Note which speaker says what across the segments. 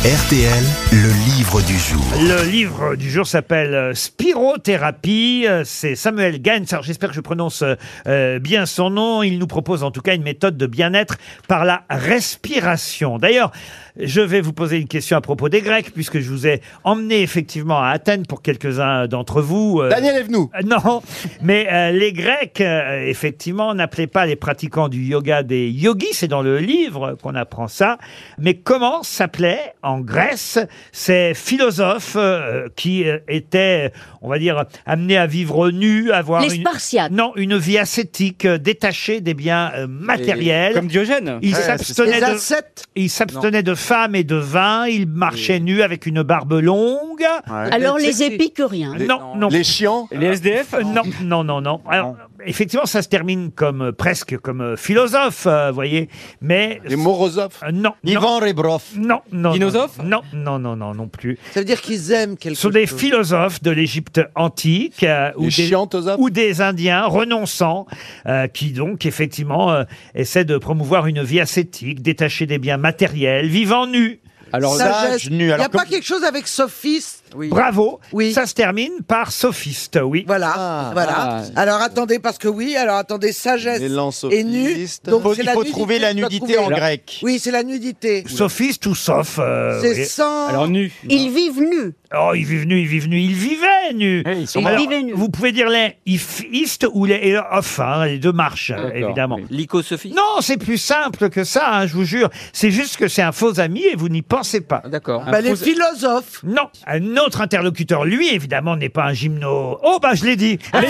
Speaker 1: RTL, le livre du jour.
Speaker 2: Le livre du jour s'appelle euh, Spirothérapie. Euh, C'est Samuel Gans. Alors j'espère que je prononce euh, euh, bien son nom. Il nous propose en tout cas une méthode de bien-être par la respiration. D'ailleurs, je vais vous poser une question à propos des Grecs, puisque je vous ai emmené effectivement à Athènes pour quelques-uns d'entre vous. Euh,
Speaker 3: Daniel Evenou.
Speaker 2: euh, Non, mais euh, les Grecs, euh, effectivement, n'appelaient pas les pratiquants du yoga des yogis. C'est dans le livre qu'on apprend ça. Mais comment s'appelaient en Grèce ces philosophes euh, qui euh, étaient, on va dire, amenés à vivre nus, à avoir
Speaker 4: Les
Speaker 2: une,
Speaker 4: Spartiates.
Speaker 2: non, une vie ascétique, euh, détachée des biens euh, matériels.
Speaker 5: Comme Diogène.
Speaker 2: Ils
Speaker 3: Ouais,
Speaker 2: s'abstenaient
Speaker 3: c'est- Les
Speaker 2: de, ils s'abstenaient de femmes et de vin. Ils marchaient nus avec une barbe longue.
Speaker 4: Alors les épicuriens.
Speaker 2: Non, non.
Speaker 3: Les chiants.
Speaker 5: Les SDF
Speaker 2: Euh, non, non, non, non. Alors, effectivement, ça se termine comme euh, presque comme euh, philosophe, euh, vous voyez. Mais
Speaker 3: Les Morozov.
Speaker 2: euh, non, non,
Speaker 3: Ivan Rebrov.
Speaker 2: non, non,
Speaker 5: Dinosophe
Speaker 2: non, non, non, non, non plus.
Speaker 6: Ça veut dire qu'ils aiment quelque
Speaker 2: Ce sont
Speaker 6: chose.
Speaker 2: des philosophes de l'Égypte antique euh, ou
Speaker 3: Les
Speaker 2: des
Speaker 3: chiantosophes.
Speaker 2: ou des Indiens renonçants euh, qui donc effectivement euh, essaient de promouvoir une vie ascétique, détachée des biens matériels, vivant nu.
Speaker 5: Alors
Speaker 6: Sagesse. Il n'y a
Speaker 5: Alors,
Speaker 6: pas quelque chose avec sophiste Oui.
Speaker 2: Bravo.
Speaker 6: Oui.
Speaker 2: Ça se termine par sophiste, oui.
Speaker 6: Voilà,
Speaker 3: Ah,
Speaker 6: voilà. Alors attendez, parce que oui, alors attendez, sagesse
Speaker 3: Les lansophilistes.
Speaker 6: et nu. Donc c'est la nudité que tu dois trouver.
Speaker 3: grec.
Speaker 6: Oui, c'est la nudité.
Speaker 2: Sophiste ou sauf. euh,
Speaker 6: C'est
Speaker 2: oui.
Speaker 6: sans.
Speaker 5: alors nu.
Speaker 4: Ils vivent nus.
Speaker 2: Oh, ils vivent nus, ils vivent nus, ils vivaient nus.
Speaker 5: Eh, ils sont
Speaker 4: Ils
Speaker 2: Alors,
Speaker 4: vivaient nus.
Speaker 2: Vous pouvez dire les ifistes ou les off, hein, les deux marches,
Speaker 5: D'accord,
Speaker 2: évidemment.
Speaker 5: oui.
Speaker 7: Lycosophie
Speaker 2: Non, c'est plus simple que ça, hein, je vous jure. C'est juste que c'est un faux ami et vous n'y pensez pas.
Speaker 7: D'accord.
Speaker 6: Bah, les philosophes.
Speaker 2: Non, un autre interlocuteur, lui, évidemment, n'est pas un gymno. Oh, bah, je l'ai dit. Les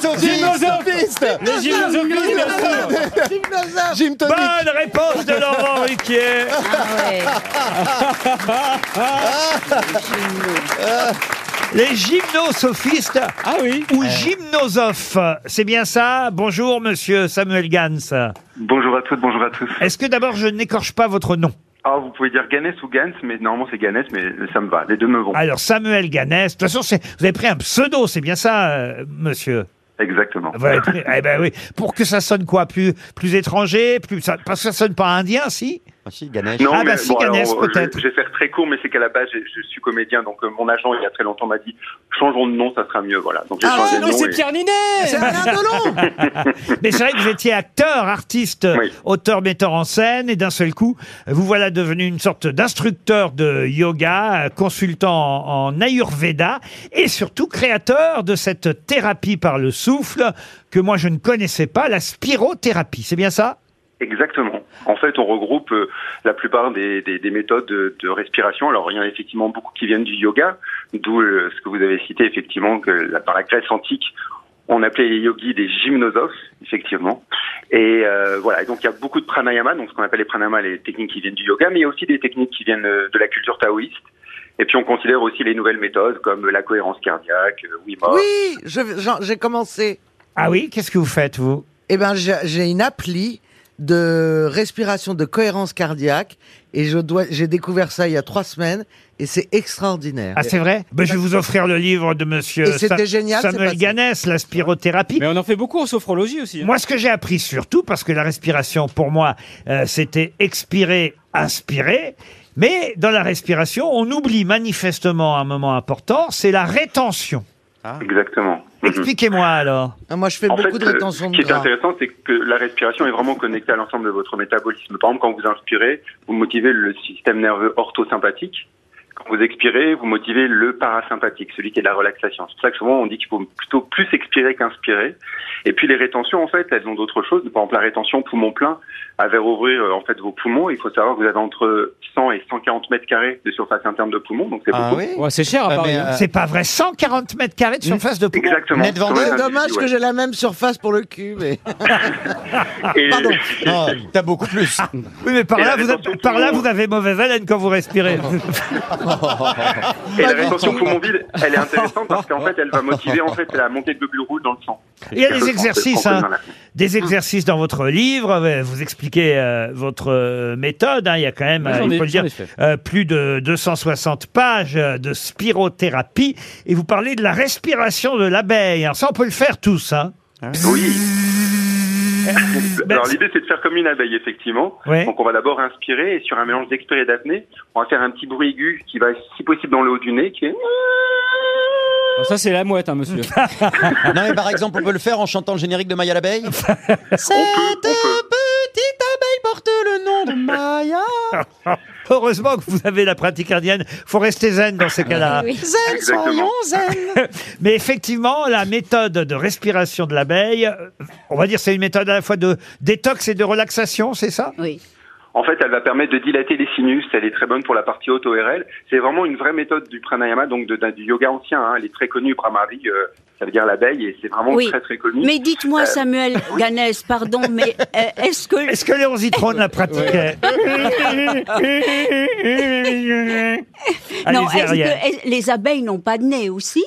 Speaker 3: Gymnosophiste.
Speaker 5: Les gymnosophiles
Speaker 6: philosophes.
Speaker 3: Gymtonique.
Speaker 2: Bonne réponse de Laurent Ruquier.
Speaker 4: Ah
Speaker 2: Les gymnosophistes
Speaker 5: Ah oui
Speaker 2: ou gymnosophes. C'est bien ça Bonjour, monsieur Samuel Gans.
Speaker 8: Bonjour à toutes, bonjour à tous.
Speaker 2: Est-ce que d'abord je n'écorche pas votre nom
Speaker 8: Ah, vous pouvez dire Ganes ou Gans, mais normalement c'est Ganes, mais ça me va, les deux me vont.
Speaker 2: Alors, Samuel Ganès, de toute façon, c'est- vous avez pris un pseudo, c'est bien ça, euh, monsieur
Speaker 8: Exactement.
Speaker 2: Vous avez pris- Eh ben oui. Pour que ça sonne quoi Plus, plus étranger plus, ça- Parce que ça sonne pas indien, si
Speaker 8: Non,
Speaker 2: Ah, bah si, Ganes,
Speaker 8: alors, je-
Speaker 2: peut-être.
Speaker 8: Je vais faire très court, mais c'est qu'à la base, je, je suis comédien, donc euh, mon agent, il y a très longtemps, m'a dit changeons de nom, ça sera mieux, voilà. Donc j'ai
Speaker 6: Ah,
Speaker 8: changé
Speaker 5: Ah
Speaker 8: de
Speaker 5: non,
Speaker 8: nom.
Speaker 5: c'est
Speaker 8: et-
Speaker 5: Pierre Ninet
Speaker 6: C'est Alain Delon.
Speaker 2: Mais c'est vrai que vous étiez acteur, artiste,
Speaker 8: Oui.
Speaker 2: auteur, metteur en scène, et d'un seul coup, vous voilà devenu une sorte d'instructeur de yoga, euh, consultant en, en Ayurveda, et surtout créateur de cette thérapie par le souffle que moi je ne connaissais pas, la spirothérapie. C'est bien ça
Speaker 8: Exactement. En fait, on regroupe euh, la plupart des, des- des méthodes de, de respiration. Alors, il y en a effectivement beaucoup qui viennent du yoga, d'où euh, ce que vous avez cité, effectivement, que la, par la Grèce antique, on appelait les yogis des gymnosophes, effectivement. Et euh, voilà, et donc il y a beaucoup de pranayama, donc ce qu'on appelle les pranayamas, les techniques qui viennent du yoga, mais il y a aussi des techniques qui viennent euh, de la culture taoïste. Et puis, on considère aussi les nouvelles méthodes comme la cohérence cardiaque, euh, Wim Hof.
Speaker 6: Oui, je- j'en- j'ai commencé.
Speaker 2: Ah oui Qu'est-ce que vous faites, vous
Speaker 6: Eh ben, j'ai j'ai une appli de respiration de cohérence cardiaque et je dois j'ai découvert ça il y a trois semaines et c'est extraordinaire.
Speaker 2: Ah, c'est vrai ben, Je vais vous offrir le livre de monsieur
Speaker 6: Et c'était
Speaker 2: Sa-
Speaker 6: génial, c'est
Speaker 2: Samuel
Speaker 6: passé.
Speaker 2: Ganès, la spirothérapie.
Speaker 5: Mais on en fait beaucoup en sophrologie aussi. hein.
Speaker 2: Moi, ce que j'ai appris surtout, parce que la respiration, pour moi, euh, c'était expirer, inspirer. Mais dans la respiration, on oublie manifestement un moment important, c'est la rétention.
Speaker 8: Exactement. Mhm.
Speaker 2: Expliquez-moi alors.
Speaker 6: Ah, Moi, je fais
Speaker 8: En
Speaker 6: beaucoup
Speaker 8: fait,
Speaker 6: de
Speaker 8: euh,
Speaker 6: rétention
Speaker 8: Ce
Speaker 6: de
Speaker 8: qui est
Speaker 6: gras.
Speaker 8: intéressant, c'est que la respiration est vraiment connectée à l'ensemble de votre métabolisme. Par exemple, quand vous inspirez, vous motivez le système nerveux orthosympathique. Quand vous expirez, vous motivez le parasympathique, celui qui est de la relaxation. C'est pour ça que souvent on dit qu'il faut plutôt plus expirer qu'inspirer. Et puis les rétentions, en fait, elles ont d'autres choses. Par exemple, la rétention poumon plein, à faire ouvrir euh, en fait vos poumons, il faut savoir que vous avez entre 100 et 140 mètres carrés de surface interne de poumon, donc c'est beaucoup.
Speaker 5: Ouais, c'est cher à
Speaker 3: Ah,
Speaker 5: Paris.
Speaker 3: mais,
Speaker 5: hein.
Speaker 3: euh,
Speaker 2: C'est pas vrai, 140 mètres carrés de surface de poumon.
Speaker 8: Exactement.
Speaker 3: Ned Van
Speaker 8: Sur les
Speaker 6: C'est dommage
Speaker 8: individus,
Speaker 6: que
Speaker 8: ouais.
Speaker 6: j'ai la même surface pour le cul, mais
Speaker 8: Et-
Speaker 6: Ah, Pardon.
Speaker 3: Non, Ah, t'as beaucoup plus.
Speaker 2: Oui, mais par
Speaker 8: Et
Speaker 2: là,
Speaker 8: la
Speaker 2: vous,
Speaker 8: rétention
Speaker 2: êtes- par là,
Speaker 8: poumon.
Speaker 2: vous avez mauvaise haleine quand vous respirez.
Speaker 8: Et la rétention poumon vide, elle est intéressante parce qu'en fait, elle va motiver en fait la montée de globules rouges dans le sang.
Speaker 2: Il y a des exercices, hein.
Speaker 8: Dans la-
Speaker 5: Ah.
Speaker 2: des exercices dans votre livre. euh, Vous expliquez euh, votre euh, méthode. hein, Il y a quand même,
Speaker 5: Ouais,
Speaker 2: euh,
Speaker 5: j'en
Speaker 2: il
Speaker 5: ai-
Speaker 2: faut le
Speaker 5: j'en
Speaker 2: dire,
Speaker 5: ai fait.
Speaker 2: euh, plus de 260 pages euh, de spirothérapie. Et vous hein. parlez de la respiration de l'abeille. Alors Ça, on peut le faire tous. Hein.
Speaker 8: Oui. Alors l'idée c'est de faire comme une abeille effectivement.
Speaker 2: Bah, Ouais.
Speaker 8: Donc on va d'abord inspirer et sur un mélange d'expire et d'apnée, on va faire un petit bruit aigu qui va si possible dans le haut du nez qui est
Speaker 5: Alors Ça, c'est la mouette, hein, monsieur.
Speaker 3: Non, mais par exemple, on peut le faire en chantant le générique de Maya l'abeille.
Speaker 8: on peut, on peut.
Speaker 2: Oh, Heureusement que vous avez la pratique indienne. Faut rester zen dans ces cas-là.
Speaker 4: Oui.
Speaker 8: Exactement.
Speaker 2: Mais effectivement, la méthode de respiration de l'abeille, euh, on va dire, c'est une méthode à la fois de détox et de relaxation, c'est ça
Speaker 4: Oui.
Speaker 8: En fait, elle va permettre de dilater les sinus. Elle est très bonne pour la partie haute ORL. C'est vraiment une vraie méthode du pranayama, donc de- d'un- du yoga ancien. hein. Elle est très connue, Brahmari, euh, ça veut dire l'abeille, et c'est vraiment
Speaker 4: Oui.
Speaker 8: très très connu.
Speaker 4: Mais dites-moi, Samuel Ganès, pardon, mais euh, est-ce que
Speaker 2: Est-ce que Léon Zitrone la pratiquait
Speaker 4: non,
Speaker 2: Allez-y,
Speaker 4: est-ce
Speaker 2: Ariel.
Speaker 4: que est- les abeilles n'ont pas de nez aussi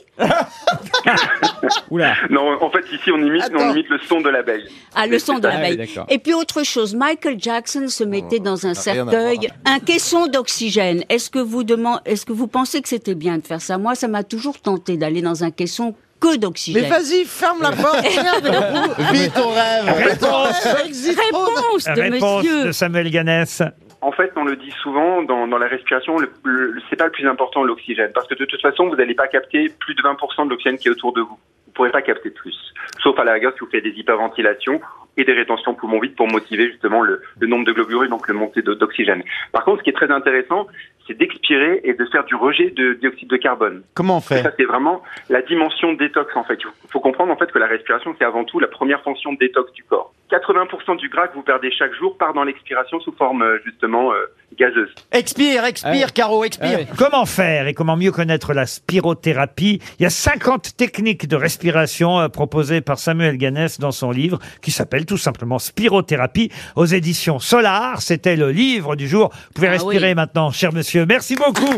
Speaker 5: Oula.
Speaker 8: Non, en fait, ici, on imite,
Speaker 6: Attends.
Speaker 8: on imite le son de l'abeille.
Speaker 4: Ah, le son de
Speaker 5: Ah oui,
Speaker 4: l'abeille.
Speaker 5: d'accord.
Speaker 4: Et puis autre chose, Michael Jackson se mettait dans un
Speaker 3: ça n'a rien à
Speaker 4: cercueil, un caisson d'oxygène. Est-ce que vous demandez, est-ce que vous pensez que c'était bien de faire ça Moi, ça m'a toujours tenté d'aller dans un caisson que
Speaker 6: Mais
Speaker 4: d'oxygène.
Speaker 6: vas-y, ferme la porte.
Speaker 3: Vite ton rêve.
Speaker 2: Réponse,
Speaker 4: Réponse de
Speaker 2: réponse
Speaker 4: monsieur.
Speaker 2: de Samuel Ganès.
Speaker 8: En fait, on le dit souvent dans, dans la respiration, le, le- c'est pas le plus important l'oxygène, parce que de toute façon, vous n'allez pas capter plus de 20% de l'oxygène qui est autour de vous. Vous pourrez pas capter plus, sauf à la rigueur si vous faites des hyperventilations et des rétentions poumons vides pour motiver justement le, le nombre de globules, donc le montée de- d'oxygène. Par contre, ce qui est très intéressant, c'est d'expirer et de faire du rejet de dioxyde de carbone.
Speaker 3: Comment on
Speaker 8: Et
Speaker 3: fait
Speaker 8: Ça, c'est vraiment la dimension détox, en fait. Il faut comprendre, en fait, que la respiration, c'est avant tout la première fonction de détox du corps. 80% du gras que vous perdez chaque jour part dans l'expiration sous forme, euh, justement, euh, gazeuse.
Speaker 3: Expire, expire,
Speaker 5: Ouais.
Speaker 3: Caro,
Speaker 5: Ah
Speaker 3: expire.
Speaker 5: ouais.
Speaker 2: Comment faire et comment mieux connaître la spirothérapie Il y a 50 techniques de respiration euh, proposées par Samuel Ganès dans son livre qui s'appelle tout simplement Spirothérapie aux éditions Solar. C'était le livre du jour. Vous pouvez
Speaker 4: Ah
Speaker 2: respirer maintenant, cher monsieur. Merci beaucoup.